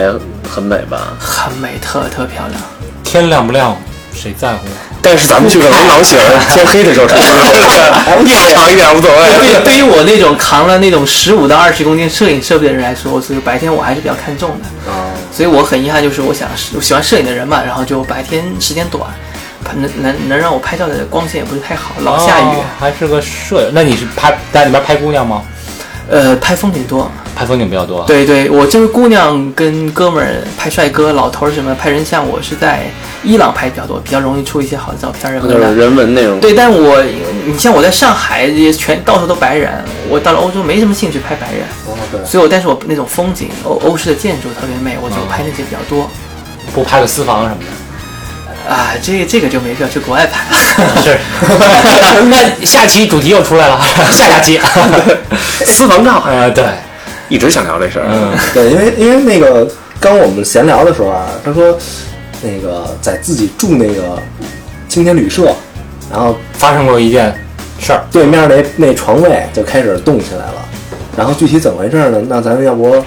D: 很美吧？
E: 很美，特特漂亮。
B: <laughs> 天亮不亮，谁在乎？啊
D: 但是咱们去可能狼喜欢天黑 <laughs> 的时候出 <laughs> 门，夜场一点无所
E: <laughs> 对，
D: 谓。
E: 对于我那种扛了那种十五到二十公斤摄影设备的人来说，所以白天我还是比较看重的。
D: 哦
C: 啊，
E: 所以我很遗憾，就是我想我喜欢摄影的人嘛，然后就白天时间短，能能能让我拍照的光线也不是太好，老下雨，
B: 哦还是个摄影。那你是拍在里边拍姑娘吗？
E: 呃，拍风景多。
B: 拍风景比较多。
E: 对对，我就是姑娘跟哥们儿拍帅哥、老头儿什么拍人像，我是在伊朗拍比较多，比较容易出一些好的照片儿。
D: 就
E: 对吧
D: 是人文内容。
E: 对，但我你像我在上海也全到处都白人，我到了欧洲没什么兴趣拍白人，
C: 哦对，
E: 所以我但是我那种风景欧欧式的建筑特别美，我就
C: 嗯
E: 拍那些比较多。
B: 不拍个私房什么的。
E: 啊，这这个就没必要去国外拍了。 <laughs>
C: 嗯
B: 是。 <laughs> 那下期主题又出来了，下下
E: <laughs>
B: 期。
D: 私房照
B: 呃，对，
D: 一直想聊这事儿。
B: 嗯，
C: 对，因为因为那个刚我们闲聊的时候啊，他说那个在自己住那个青年旅社，然后
B: 发生过一件事儿。
C: 对面那那床位就开始动起来了，然后具体怎么回事呢？那咱们要不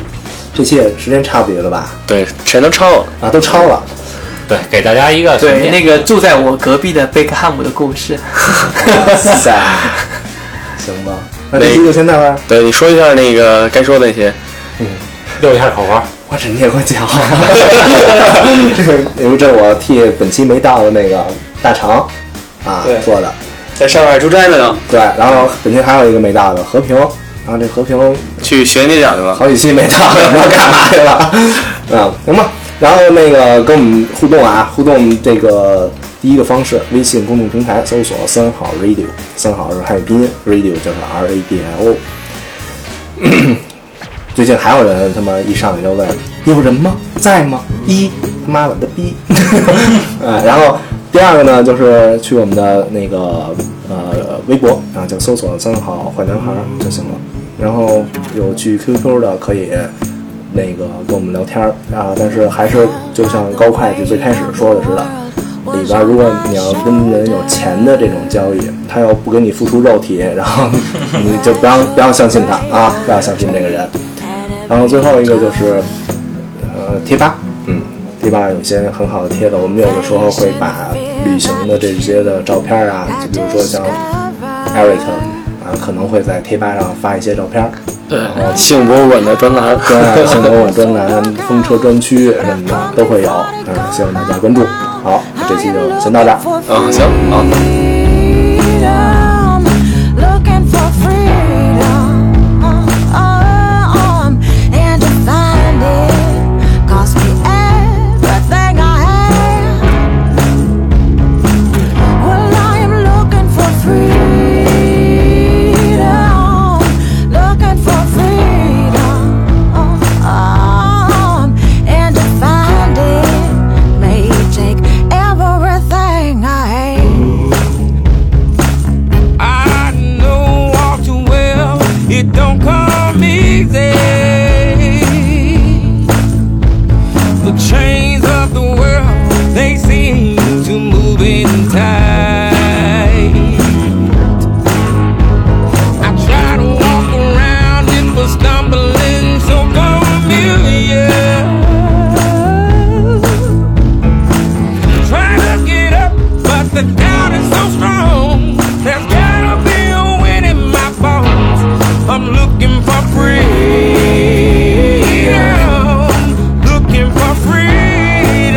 C: 这期也时间差不离了吧？
D: 对，全都超了。
C: 啊，都超了， <laughs>
B: 对，给大家一个闪
E: 对，
B: 电
E: 那个住在我隔壁的贝克汉姆的故事，
C: 哇塞，行吧，那这期就先到这儿。
D: 对，你说一下那个该说的那些。
B: 溜一下口花。
C: 我只捏过脚， <laughs> 这个因为这我替本期没到的那个大肠啊
D: 对
C: 做的，
D: 在上海出差了呢，
C: 对，然后本期还有一个没到的和平，然后这和平
D: 去学捏脚去了。
C: 好几期没到， <laughs> 不知道干嘛去了。嗯，行吧。然后那个跟我们互动啊，互动这个第一个方式，微信公众平台搜索“三好 radio”，三好是汉语拼音，radio 就是 R A D I O。最近还有人他妈一上来就问有人吗，在吗？一他妈了个逼！呃，然后第二个呢，就是去我们的那个呃微博啊，就搜索“三好坏男孩”就行了。然后有去 QQ 的可以那个跟我们聊天儿啊，但是还是就像高会计最开始说的似的，里边儿如果你要跟人有钱的这种交易，他要不给你付出肉体，然后你就不要不要相信他啊，不要相信这个人。然后最后一个就是呃贴吧，嗯，贴吧有一些很好的贴的，我们有的时候会把旅行的这些的照片儿啊，就比如说像 Eric 啊，可能会在贴吧上发一些照片儿。
D: 对，性博物馆的专栏。
C: 对，啊新闻我专栏、风车专区什么的都会有，嗯，希望大家关注。好，这期就先到这儿。
D: 嗯，行，好。
F: freedom, looking for freedom. Uh, uh, um, and to find it cost me everything I had. Well, I am looking for freedom, looking for freedom. Uh, um, and to find it may take everything I had.
G: I know all too well it don't come easy. The chains of the world they seem to move in tight. I try to walk around it, but stumbling so familiar. Trying to get up, but the doubt is so strong. There's gotta be a win in my bones. I'm looking for freedom. Looking for freedom.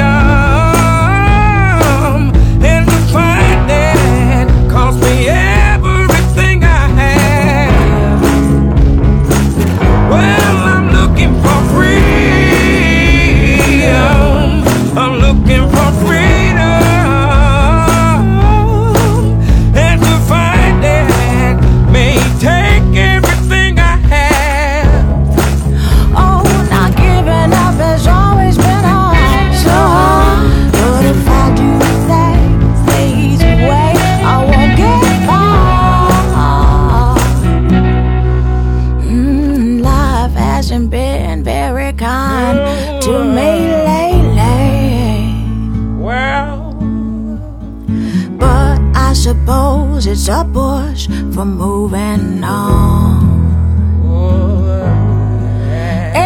G: And to find that cost me everything I have. Well, I'm looking for freedom. I'm looking for freedom. And to find it may take everything I have.
F: Oh, not giving up has always been hard, so hard. But if I do things the easy way, I won't get far. Mm, life hasn't been very kind to me lately,
G: Well,
F: but I suppose it's a push for moving on.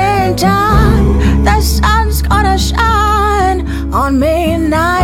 F: In time, the sun's gonna shine on me now.